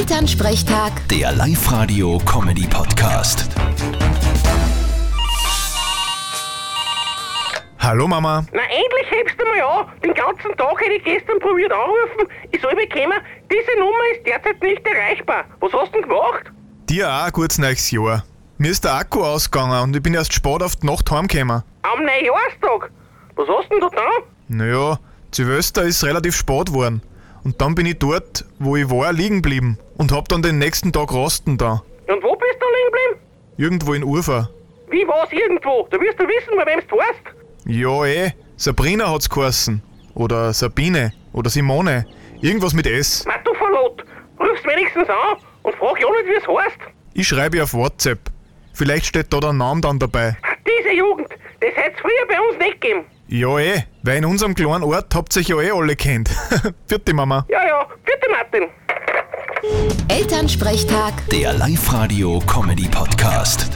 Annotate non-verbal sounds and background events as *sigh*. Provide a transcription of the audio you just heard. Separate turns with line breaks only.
Elternsprechtag,
Der Live-Radio-Comedy-Podcast.
Hallo Mama.
Na, endlich hebst du mal an. Den ganzen Tag hätte ich gestern probiert anrufen. Ich soll bekommen, diese Nummer ist derzeit nicht erreichbar. Was hast du denn gemacht?
Dir auch ein gutes neues Jahr. Mir ist der Akku ausgegangen und ich bin erst spät auf die Nacht heimgekommen.
Am Neujahrstag. Was hast denn da getan?
Naja, Silvester ist relativ spät geworden. Und dann bin ich dort, wo ich war, liegen geblieben und hab dann den nächsten Tag Rosten da.
Und wo bist du liegen geblieben?
Irgendwo in Ufer.
Wie war's irgendwo? Da wirst du wissen, bei wem du warst.
Ja eh, Sabrina hat's geheißen. Oder Sabine. Oder Simone. Irgendwas mit S.
Na, du Verlot. Ruf's wenigstens an und frag ja nicht, wie es heißt.
Ich schreibe ihr auf WhatsApp. Vielleicht steht da der Name dann dabei.
Ah, Diese Jugend, das hätt's früher bei uns nicht gegeben.
Ja eh, weil in unserem kleinen Ort habt ihr euch ja eh alle kennt. *laughs* Vierte Mama.
Ja, ja, bitte Martin.
Elternsprechtag.
Der Live-Radio-Comedy-Podcast.